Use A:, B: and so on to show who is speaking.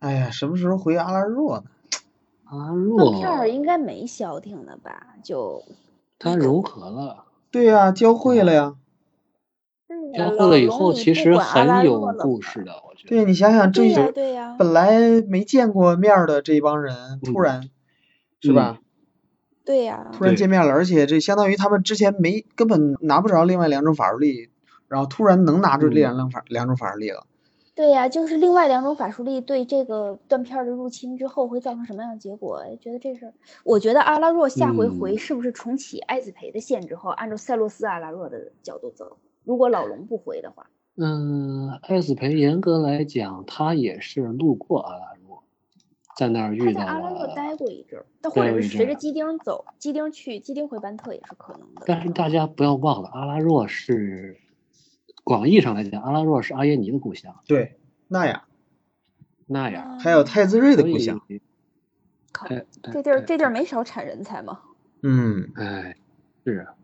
A: 哎呀，什么时候回阿拉若呢？
B: 阿
C: 那片儿
B: 若
C: 应该没消停了吧？就
B: 它柔和了，
A: 对呀、交汇了
B: 嗯
A: 呀。
C: 是呀，
B: 交
C: 老
B: 汇了以
C: 龙
B: 后
C: 你
B: 其
C: 不
B: 实
C: 管阿拉
B: 很有
C: 若了
B: 故
C: 吧
B: 事的，我觉
A: 对
B: 得。
A: 呀，你想想，这
C: 对呀
A: 就
C: 对呀，
A: 本来没见过面儿的这帮人，突
B: 嗯
A: 然，是吧？
C: 对呀，
A: 突然
B: 对
A: 见面了，而且这相当于他们之前没根本拿不着另外两种法术力，然后突然能拿出
B: 嗯
A: 这两两法、两种法术力了。
C: 对呀，就是另外两种法术力对这个断片儿的入侵之后会造成什么样的结果？哎觉得这事儿，我觉得阿拉若下回回
B: 嗯
C: 是不是重启艾子培的线之后，按照塞洛斯阿拉若的角度走？如果老龙不回的话，
B: 嗯，艾斯培严格来讲，他也是路过阿拉若，在那儿
C: 他
B: 遇
C: 在
B: 到
C: 阿拉若
B: 了
C: 待过一阵儿，但或
B: 啊待
C: 者
B: 过
C: 是
B: 一阵
C: 随着
B: 儿
C: 基丁走，基丁去，基丁回班特也是可能的。
B: 但是大家不要忘了，阿拉若是广义上来讲，阿拉若是阿耶尼的故乡，
A: 对，那呀，
B: 那
C: 嗯
B: 样。
A: 还有太子睿的故乡。
B: 所以。
C: 靠
B: 哎，
C: 这地儿
B: 哎
C: 这地儿没少产人才嘛。
A: 嗯，
B: 哎，是啊，